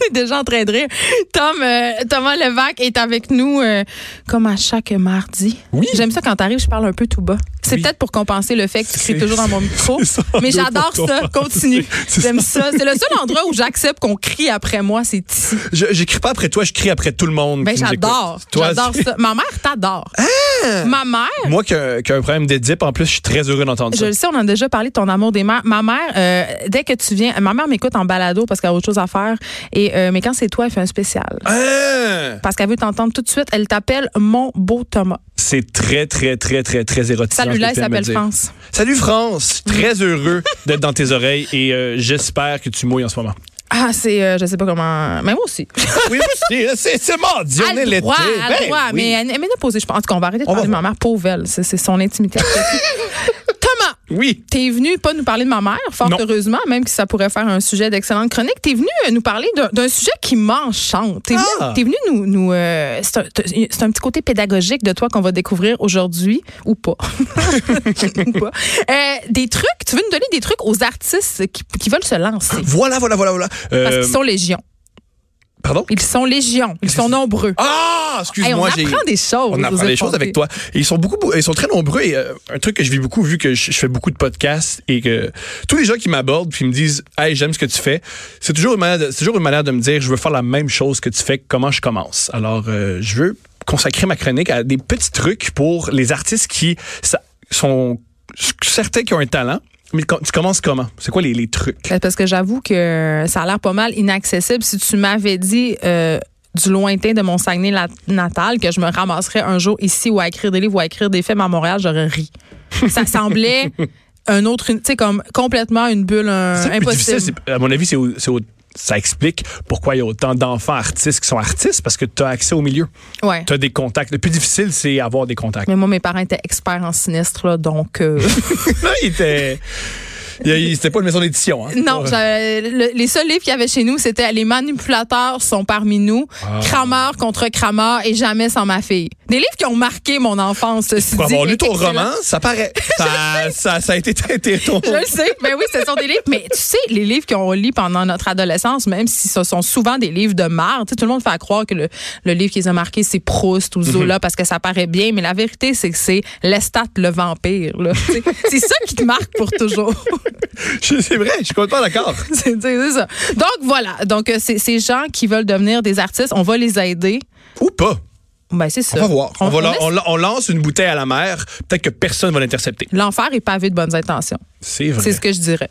est déjà en train de rire. Tom, euh, Thomas Levac est avec nous euh, comme à chaque mardi. Oui. J'aime ça quand t'arrives, je parle un peu tout bas. C'est Oui. peut-être pour compenser le fait que tu cries C'est- toujours dans mon micro. c'est ça, mais deux j'adore pour ça. compenser. Continue. C'est J'aime ça. C'est le seul endroit où j'accepte qu'on crie après moi, c'est ici. Je, je crie pas après toi, je crie après tout le monde. Ben, qui nous j'adore. écoute. Toi, J'adore c'est- Ah! ça. Ma mère t'adore. Ma mère, Moi qui ai qui ai un problème d'édip, en plus, je suis très heureux d'entendre Je ça. le sais, on en a déjà parlé de ton amour des mères. Ma mère, euh, dès que tu viens, ma mère m'écoute en balado parce qu'elle a autre chose à faire. Et euh, mais quand c'est toi, elle fait un spécial. Hein? Parce qu'elle veut t'entendre tout de suite. Elle t'appelle mon beau Thomas. C'est très, très, très, très, très érotisant. ce que Celui-là, il tu viens de me s'appelle dire. France. Salut France, très heureux d'être dans tes oreilles et euh, j'espère que tu mouilles en ce moment. Ah, c'est, euh, je sais pas comment. Mais moi aussi. Oui, aussi, là, c'est c'est mardi, on est Elle l'été. droit, elle Ben droit, oui. Mais elle elle m'a posé, je pense. En tout cas, on va arrêter de On parler de va ma mère pauvre. elle. C'est, c'est son intimité. Thomas! Oui, T'es venu pas nous parler de ma mère, fort Non. heureusement, même si ça pourrait faire un sujet d'excellente chronique. T'es venu euh, nous parler d'un- d'un sujet qui m'enchante. T'es venu, Ah. t'es venu nous, nous euh, c'est un, c'est un petit côté pédagogique de toi qu'on va découvrir aujourd'hui, ou pas. Ou pas. Euh, des trucs, tu veux nous donner des trucs aux artistes qui, qui veulent se lancer. voilà, voilà, voilà, voilà. Parce Euh, qu'ils sont légion. Pardon? Ils sont légion. Ils sont nombreux. Ah, Hey, on excuse-moi, j'ai... apprend des choses. On aux apprend des choses effrontés. avec toi. Et ils sont beaucoup, ils sont très nombreux. Et euh, un truc que je vis beaucoup, vu que je, je fais beaucoup de podcasts et que tous les gens qui m'abordent puis me disent, hey, j'aime ce que tu fais, c'est toujours une manière, de, c'est toujours une manière de me dire, je veux faire la même chose que tu fais, comment je commence. Alors, euh, je veux consacrer ma chronique à des petits trucs pour les artistes qui sa- sont certains qui ont un talent. Mais com- tu commences comment? C'est quoi les, les trucs? Ben, Parce que j'avoue que ça a l'air pas mal inaccessible. Si tu m'avais dit euh, du lointain de mon Saguenay la- natal que je me ramasserais un jour ici ou à écrire des livres ou à écrire des films à Montréal, j'aurais ri. Ça semblait un autre, tu sais, comme complètement une bulle un- C'est ça le plus impossible. difficile, c'est- à mon avis, c'est, au- c'est au- ça explique pourquoi il y a autant d'enfants artistes qui sont artistes parce que tu as accès au milieu. Ouais. Tu as des contacts. Le plus difficile, c'est avoir des contacts. Mais moi, mes parents étaient experts en sinistre, là, donc. euh, Là, il était. il- il- C'était pas une maison d'édition. Hein? non, Pas- j'avais- le- les seuls livres qu'il y avait chez nous, c'était Les manipulateurs sont parmi nous, Ah. Kramer contre Kramer et Jamais sans ma fille. Des livres qui ont marqué mon enfance. Pour avoir lu ton roman, ça paraît. Ça, ça, ça a été teinté ton. Je le sais. Ben oui, ce sont des livres. Mais tu sais, les livres qu'on lit pendant notre adolescence, même si ce sont souvent des livres de marre, tu sais, tout le monde fait à croire que le, le livre qu'ils ont marqué, c'est Proust ou Zola Mhm. parce que ça paraît bien. Mais la vérité, c'est que c'est Lestat le vampire. là. Tu sais, c'est ça qui te marque pour toujours. Je- C'est vrai, je suis complètement d'accord. c'est tu sais, c'est ça. Donc voilà. Donc, euh, c'est- ces gens qui veulent devenir des artistes, on va les aider. Ou pas. Ben, c'est ça. On va voir. On, va lan- laisse- on lan- on lance une bouteille à la mer. Peut-être que personne va l'intercepter. L'enfer est pavé de bonnes intentions. C'est vrai. C'est ce que je dirais.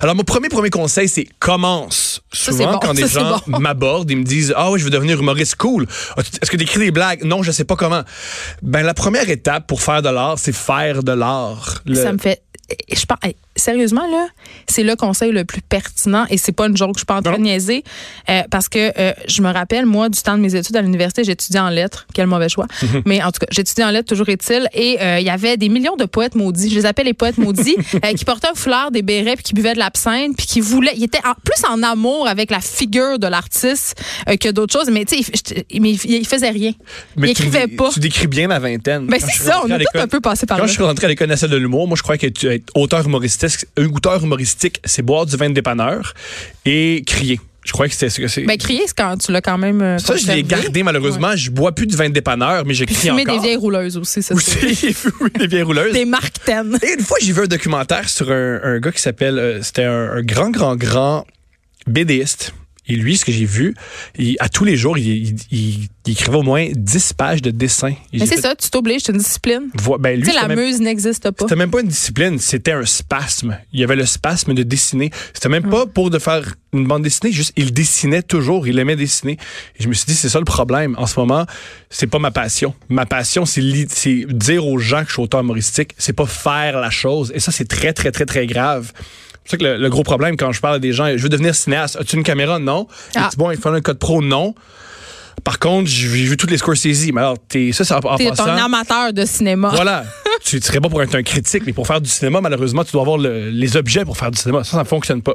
Alors, mon premier, premier conseil, c'est commence. c'est Souvent, bon, quand des ça, c'est gens bon. m'abordent, ils me disent Ah oui, je veux devenir humoriste cool. Ah, tu- Est-ce que tu écris des blagues Non, je sais pas comment. Ben, la première étape pour faire de l'art, c'est faire de l'art. Le- Ça me fait. Je pense, hey, sérieusement, là, c'est le conseil le plus pertinent et c'est pas une joke, je suis pas en train de Non. niaiser. euh, parce que euh, je me rappelle, moi, du temps de mes études à l'université, j'étudiais en lettres. Quel mauvais choix. Mais en tout cas, j'étudiais en lettres, toujours est-il. Et euh, il y avait des millions de poètes maudits, je les appelle les poètes maudits, euh, qui portaient un foulard, des bérets, puis qui buvaient de l'absinthe, puis qui voulaient. Ils étaient en- plus en amour avec la figure de l'artiste euh, que d'autres choses. Mais tu sais, ils- ils- mais ils ils faisaient rien. Mais ils tu écrivaient dé- pas. Tu décris bien ma vingtaine. Ben, Quand c'est je suis ça, on rentré a à tous l'école- un peu passé par Quand là. je suis rentré à l'École nationale de l'humour, moi, je crois qu'être être auteur humoristique, un auteur humoristique, c'est boire du vin de dépanneur et crier. Je crois que c'est ce que c'est. Ben, crier, c'est quand tu l'as quand même. euh, ça, je conservé. l'ai gardé, malheureusement. Je bois plus du vin de dépanneur, mais je Puis crie fumer encore. des vieilles rouleuses aussi, ça. c'est- Aussi, fumer des vieilles rouleuses. Des marques Ten. Et une fois, j'ai vu un documentaire sur un, un gars qui s'appelle. euh, C'était un, un grand, grand, grand BDiste. Et lui, ce que j'ai vu, il- à tous les jours, il, il- il- il écrivait au moins 10 pages de dessin. Et Mais j'ai c'est fait, ça, tu t'obliges, c'est une discipline. Voi- ben, lui, Tu sais, c'était la même- muse n'existe pas. C'était même pas une discipline, c'était un spasme. Il y avait le spasme de dessiner. C'était même pas pour de faire une bande dessinée, juste il dessinait toujours, il aimait dessiner. Et je me suis dit, c'est ça le problème. En ce moment, c'est pas ma passion. Ma passion, c'est li- c'est dire aux gens que je suis auteur humoristique, c'est pas faire la chose. Et ça, c'est très, très, très, très grave. C'est pour ça que le, le gros problème quand je parle à des gens, je veux devenir cinéaste. As-tu une caméra? Non. Ah. Es-tu bon, il faut un code pro? Non. Par contre, j'ai vu toutes les Scorsese. Mais alors, t'es, ça, c'est en, en T'es passant- un amateur de cinéma. voilà. tu ne serais pas pour être un critique, mais pour faire du cinéma, malheureusement, tu dois avoir le- les objets pour faire du cinéma. Ça, ça ne fonctionne pas.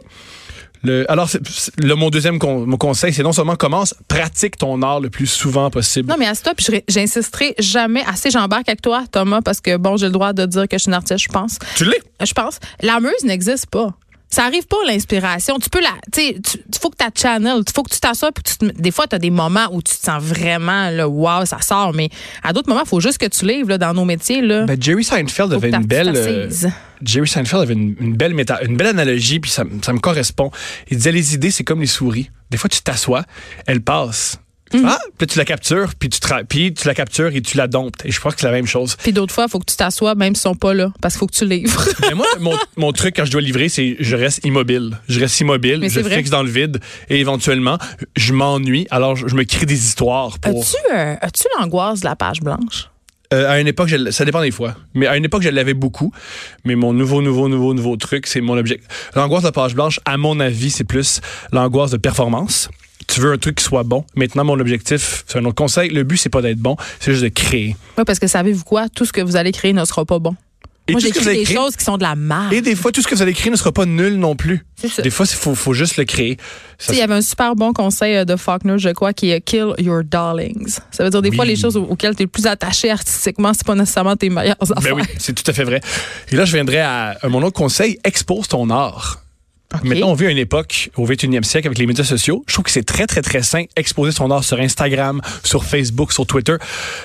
Le- alors, c'est- c'est- le, mon deuxième con- mon conseil, c'est non seulement commence, pratique ton art le plus souvent possible. Non, mais à toi, puis je ré- j'insisterai jamais assez. J'embarque avec toi, Thomas, parce que bon, j'ai le droit de dire que je suis une artiste, je pense. Tu l'es. Je pense. La muse n'existe pas. Ça arrive pas l'inspiration. Tu peux la. Tu sais, tu- tu- faut que tu channel. Tu faut que tu t'assoies. Puis tu te- des fois, tu as des moments où tu te sens vraiment, là, wow, ça sort. Mais à d'autres moments, il faut juste que tu livres, là, dans nos métiers, là. Ben, Jerry Seinfeld avait que une t'as- belle. tu euh, t'assises. Jerry Seinfeld avait une, une belle méta, une belle analogie, puis ça, me- ça me correspond. Il disait les idées, c'est comme les souris. Des fois, tu t'assois, elles passent. Ah, puis là, tu la captures, puis tu, te ra- puis tu la captures et tu la domptes. Et je crois que c'est la même chose. Puis d'autres fois, il faut que tu t'assoies, même s'ils sont pas là, parce qu'il faut que tu livres. Mais moi, mon, mon truc quand je dois livrer, c'est je reste immobile. Je reste immobile, Mais je c'est vrai. fixe dans le vide et éventuellement, je m'ennuie. Alors, je, je me crée des histoires pour. As-tu euh, as-tu l'angoisse de la page blanche? Euh, à une époque, je l- ça dépend des fois. Mais à une époque, je l'avais beaucoup. Mais mon nouveau, nouveau, nouveau, nouveau truc, c'est mon objectif. L'angoisse de la page blanche, à mon avis, c'est plus l'angoisse de performance. Tu veux un truc qui soit bon. Maintenant, mon objectif, c'est un autre conseil. Le but, c'est pas d'être bon, c'est juste de créer. Oui, parce que savez-vous quoi? Tout ce que vous allez créer ne sera pas bon. Et Moi, tout ce que j'écris vous avez des créé- choses qui sont de la merde. Et des fois, tout ce que vous allez créer ne sera pas nul non plus. Ah. C'est ça. Des fois, il faut, faut juste le créer. Ça Tu sais, Il y avait un super bon conseil euh, de Faulkner, je crois, qui est Kill Your Darlings. Ça veut dire des Oui. fois les choses au- auxquelles tu es le plus attaché artistiquement, c'est pas nécessairement tes meilleures Ben affaires. oui, c'est tout à fait vrai. Et là, je viendrai à, à mon autre conseil, expose ton art. Ok. Maintenant, on vit à une époque, au 21e siècle, avec les médias sociaux. Je trouve que c'est très, très, très sain exposer son art sur Instagram, sur Facebook, sur Twitter,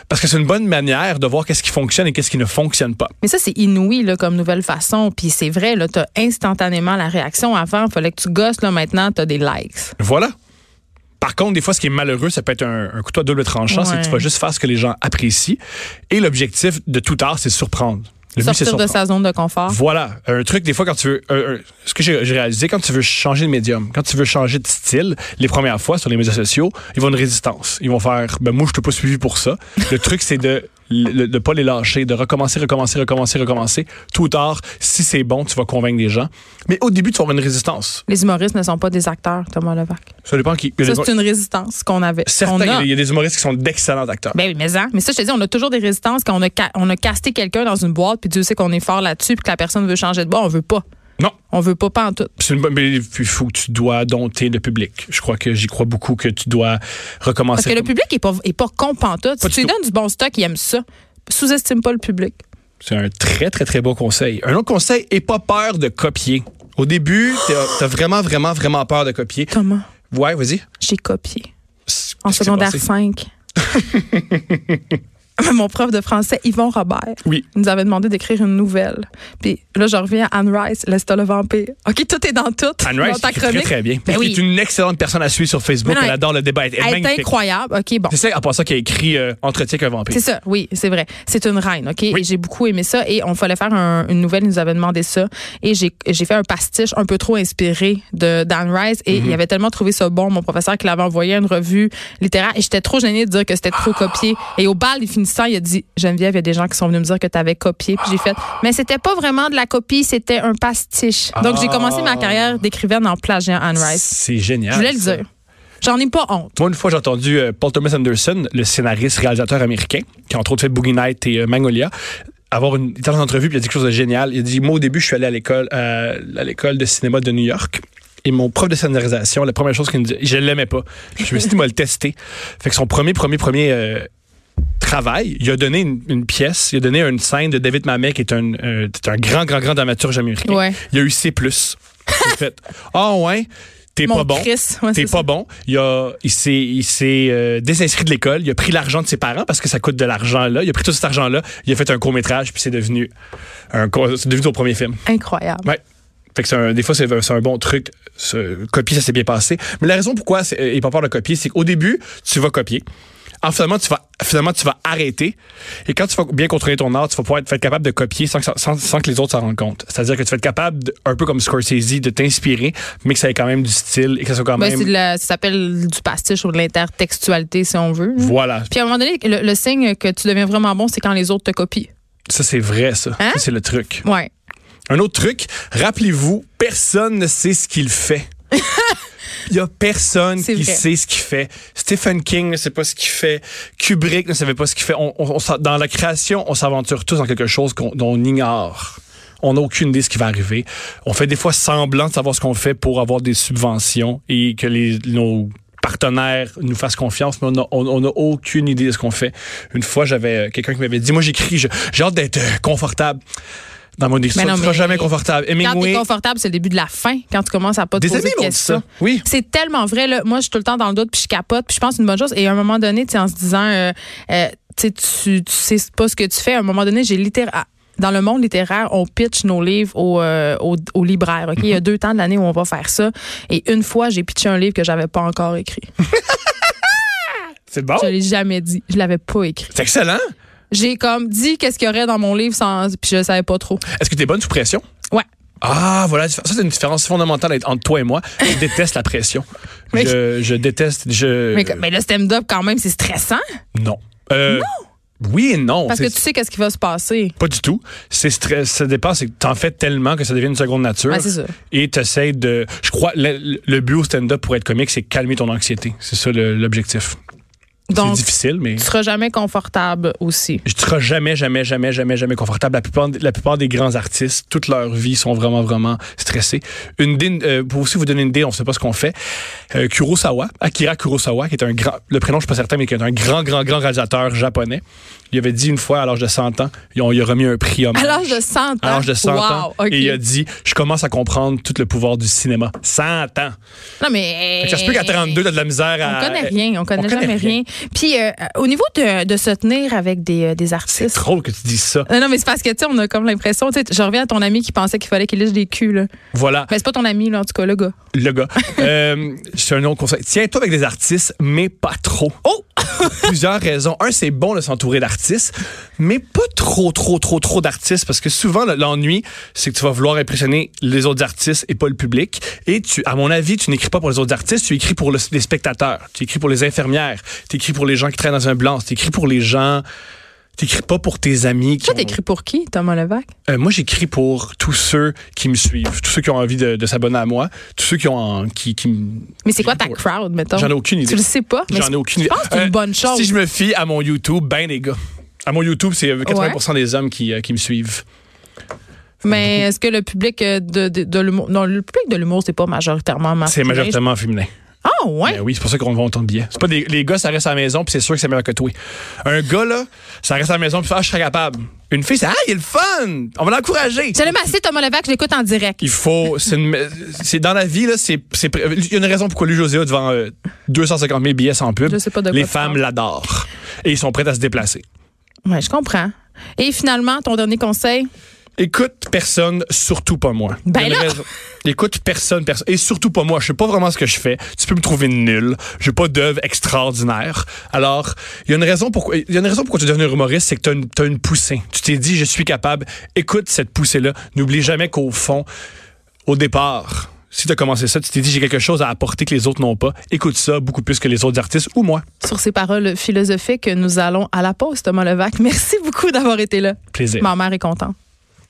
parce que c'est une bonne manière de voir qu'est-ce qui fonctionne et qu'est-ce qui ne fonctionne pas. Mais ça, c'est inouï là, comme nouvelle façon. Puis c'est vrai, tu as instantanément la réaction. Avant, il fallait que tu gosses. Là, maintenant, tu as des likes. Voilà. Par contre, des fois, ce qui est malheureux, ça peut être un, un couteau à double tranchant, c'est que tu Ouais. vas juste faire ce que les gens apprécient. Et l'objectif de tout art, c'est de surprendre. Le but, Sortir c'est de surprendre. sa zone de confort. Voilà, un truc des fois quand tu veux, un- un- ce que j'ai j'ai réalisé quand tu veux changer de médium, quand tu veux changer de style, les premières fois sur les médias sociaux, ils vont une résistance, ils vont faire, ben moi je te pas suivi pour ça. Le truc c'est de le- de pas les lâcher, de recommencer, recommencer, recommencer, recommencer. Tout ou tard, si c'est bon, tu vas convaincre des gens. Mais au début, tu vas avoir une résistance. Les humoristes ne sont pas des acteurs, Thomas Levac. Ça dépend qui. il y a Ça, des- c'est une résistance qu'on avait. certains, qu'on a. il y a des humoristes qui sont d'excellents acteurs. Ben oui, mais, hein. mais ça, je te dis, on a toujours des résistances quand on a, ca- on a casté quelqu'un dans une boîte, puis Dieu sait qu'on est fort là-dessus, puis que la personne veut changer de boîte. On veut pas. non. On veut pas, pas en tout. C'est une bonne, mais il faut que tu dois dompter le public. Je crois que j'y crois beaucoup que tu dois recommencer. Parce que le public est pas, est pas con pantoute. Si tu Pas du lui tout. donnes du bon stock, il aime ça. Sous-estime pas le public. C'est un très, très, très beau conseil. Un autre conseil, et pas peur de copier. Au début, t'as- t'as vraiment, vraiment, vraiment peur de copier. Comment? Ouais, vas-y. J'ai copié. Qu'est-ce En qui s'est secondaire passé? 5. Mon prof de français, Yvon Robert, Oui. nous avait demandé d'écrire une nouvelle. Puis là, je reviens à Anne Rice, Laisse-toi le vampire. OK, tout est dans tout. Anne Dans Rice, ta qui écrit très, chronique. très bien. Ben oui. Qui est une excellente personne à suivre sur Facebook. Mais non, elle elle- adore le débat. Elle est Elle est magnifique. incroyable. OK, bon. C'est ça, à part ça, qui a écrit euh, Entretien avec un vampire. C'est ça, oui, c'est vrai. C'est une reine, OK? Et j'ai beaucoup aimé ça. Et on fallait faire un- une nouvelle, ils nous avaient demandé ça. Et j'ai j'ai fait un pastiche un peu trop inspiré de Dan Rice. Et il avait tellement trouvé ça bon, mon professeur, qu'il avait envoyé à une revue littéraire. Et j'étais trop gênée de dire que c'était trop copié. Et au bal, des finissants, il a dit Geneviève, il y a des gens qui sont venus me dire que tu avais copié. Puis j'ai fait Mais c'était pas vraiment de la copie, c'était un pastiche. Donc j'ai commencé ma carrière d'écrivaine en plagiant Anne Rice. C'est génial. Je voulais le ça. dire. J'en ai pas honte. Moi, une fois, j'ai entendu euh, Paul Thomas Anderson, le scénariste réalisateur américain, qui a entre autres fait Boogie Night et euh, Magnolia, avoir une, il était dans une entrevue puis il a dit quelque chose de génial. Il a dit, moi, au début, je suis allé à l'école, euh, à l'école de cinéma de New York. Et mon prof de scénarisation, la première chose qu'il me dit, je l'aimais pas. Je me suis dit, moi, le tester. Fait que son premier, premier, premier euh, travail, il a donné une, une pièce, il a donné une scène de David Mamet, qui est un, euh, qui est un grand, grand, grand dramaturge américain. Ouais. Il a eu C. J'ai fait, ah ouais, t'es Mon pas bon. Christ, ouais, T'es c'est pas ça. bon. Il, a, il s'est, il s'est, euh, désinscrit de l'école. Il a pris l'argent de ses parents parce que ça coûte de l'argent là. Il a pris tout cet argent là. Il a fait un court métrage puis c'est devenu un court- c'est devenu ton premier film. Incroyable. Ouais. Fait que c'est un- des fois, c'est un- c'est un bon truc. se- copier, ça s'est bien passé. Mais la raison pourquoi c'est- euh, ils n'ont pas peur de copier, c'est qu'au début, tu vas copier. En finalement, tu vas, finalement, tu vas arrêter. Et quand tu vas bien contrôler ton art, tu vas pouvoir être, être capable de copier sans que, ça- sans, sans que les autres s'en rendent compte. C'est-à-dire que tu vas être capable, de- un peu comme Scorsese, de t'inspirer, mais que ça ait quand même du style et que ça soit quand Ben, même. c'est de la- ça s'appelle du pastiche ou de l'intertextualité, si on veut. là. Voilà. Puis à un moment donné, le, le signe que tu deviens vraiment bon, c'est quand les autres te copient. Ça, c'est vrai, ça. Hein? Ça, c'est le truc. Ouais. Un autre truc, rappelez-vous, personne ne sait ce qu'il fait. Il y a personne C'est qui vrai. sait ce qu'il fait. Stephen King ne sait pas ce qu'il fait. Kubrick ne savait pas ce qu'il fait. On- on- on s'en- dans la création, on s'aventure tous dans quelque chose qu'on dont on ignore. On n'a aucune idée de ce qui va arriver. On fait des fois semblant de savoir ce qu'on fait pour avoir des subventions et que les, nos partenaires nous fassent confiance, mais on n'a on- on n'a aucune idée de ce qu'on fait. Une fois, j'avais euh, quelqu'un qui m'avait dit, moi j'écris, je- j'ai hâte d'être euh, confortable dans mon écriture. Mais non, tu seras mais- jamais confortable. Quand t'es Hemingway, confortable, c'est le début de la fin. Quand tu commences à pas te Des poser amis de m'ont dit questions. ça. Oui. C'est tellement vrai. Là. Moi, je suis tout le temps dans le doute, puis je capote, puis je pense une bonne chose. Et à un moment donné, tu sais, en se disant, euh, euh, tu sais, tu tu sais pas ce que tu fais. À un moment donné, j'ai littéralement. Dans le monde littéraire, on pitch nos livres aux, euh, aux- aux libraires. ok? Il Mhm. y a deux temps de l'année où on va faire ça. Et une fois, j'ai pitché un livre que j'avais pas encore écrit. c'est bon. Je l'ai jamais dit. Je l'avais pas écrit. C'est excellent. J'ai comme dit qu'est-ce qu'il y aurait dans mon livre sans, puis je savais pas trop. Est-ce que tu es bonne sous pression? Ouais. Ah, voilà. Ça, c'est une différence fondamentale entre toi et moi. Je déteste la pression. Mais- Je, je déteste. Je... Mais, comme- mais le stand-up, quand même, c'est stressant Non. Euh, Oui et non. parce que C'est- tu sais qu'est-ce qui va se passer. Pas du tout. C'est stress. Ça dépend. C'est que t'en fais tellement que ça devient une seconde nature. Ouais, c'est ça. Et t'essayes de. Je crois, le, le but au stand-up pour être comique, c'est calmer ton anxiété. C'est ça le- l'objectif. C'est Donc, difficile, mais. tu seras jamais confortable aussi. je ne serai jamais, jamais, jamais, jamais, jamais confortable. La plupart, la plupart des grands artistes, toute leur vie, sont vraiment, vraiment stressés. Une idée, euh, pour aussi vous donner une idée, on ne sait pas ce qu'on fait. Euh, Kurosawa, Akira Kurosawa, qui est un grand, le prénom, je suis pas certain, mais qui est un grand, grand, grand réalisateur japonais. Il avait dit une fois, à l'âge de 100 ans, ils ont- il a remis un prix hommage. À l'âge de 100 ans. À l'âge de 100 Wow, ans. ok. Et il a dit, je commence à comprendre tout le pouvoir du cinéma. 100 ans. Non, mais. Fait que ça se peut qu'à 32, t'as de la misère On à... connaît rien, on connaît jamais rien. Puis, euh, au niveau de, de se tenir avec des, euh, des C'est artistes. Euh, drôle que tu dises ça. Non, non, mais c'est parce que, tu sais, on a comme l'impression, tu sais, je reviens à ton ami qui pensait qu'il fallait qu'il lèche des culs, là. Voilà. Mais c'est pas ton ami, là, en tout cas, le gars. le gars. Euh, c'est un autre conseil. Tiens-toi avec des artistes, mais pas trop. Oh! Plusieurs raisons. Un, c'est bon de s'entourer d'artistes, mais pas trop, trop, trop, trop d'artistes, parce que souvent, le- l'ennui, c'est que tu vas vouloir impressionner les autres artistes et pas le public. Et tu, à mon avis, tu n'écris pas pour les autres artistes, tu écris pour le- les spectateurs, tu écris pour les infirmières, tu écris pour les gens qui traînent dans un blanc, tu écris pour les gens... T'écris pas pour tes amis qui Toi, ont- t'écris pour qui, Thomas Levac? euh, moi, j'écris pour tous ceux qui me suivent, tous ceux qui ont envie de, de s'abonner à moi, tous ceux qui ont en- qui, qui me- Mais c'est quoi ta Ouais. crowd, mettons? J'en ai aucune idée. Tu le sais pas? mais J'en ai aucune Je idée. pense que c'est une Euh, bonne chose. Si je me fie à mon YouTube, ben les gars. À mon YouTube, c'est euh, 80% des hommes qui, euh, qui me suivent. Ah, Mais est-ce que le public euh, de, de, de l'humour. Non, le public de l'humour, c'est pas majoritairement masculin. C'est majoritairement féminin. Ah, ouais. Ben oui, c'est pour ça qu'on vend autant de billets. C'est pas des, les gars, ça reste à la maison, puis c'est sûr que c'est meilleur que toi. Un gars, là, ça reste à la maison, puis ah, je serais capable. Une fille, c'est Ah, il est le fun! On va l'encourager! Je l'ai massé, Thomas Levac, je l'écoute en direct. Il faut. C'est une- c'est dans la vie, là, c'est. c'est- Il y a une raison pourquoi lui, José, devant euh, 250 000 billets sans pub. Je sais pas de quoi les tu femmes parles. l'adorent. Et ils sont prêts à se déplacer. Ouais, je comprends. Et finalement, ton dernier conseil? Écoute personne, surtout pas moi. Ben Il y a une là! raison. Écoute personne, personne. Et surtout pas moi. Je sais pas vraiment ce que je fais. Tu peux me trouver nul. J'ai pas d'œuvre extraordinaire. Alors, il y a une raison pourquoi, il y a une raison pourquoi tu es devenu humoriste, c'est que t'as une, t'as une poussée. Tu t'es dit, je suis capable. Écoute cette poussée-là. N'oublie jamais qu'au fond, au départ, si t'as commencé ça, tu t'es dit, j'ai quelque chose à apporter que les autres n'ont pas. Écoute ça beaucoup plus que les autres artistes ou moi. Sur ces paroles philosophiques, nous allons à la pause, Thomas Levac. Merci beaucoup d'avoir été là. Plaisir. Ma mère est contente.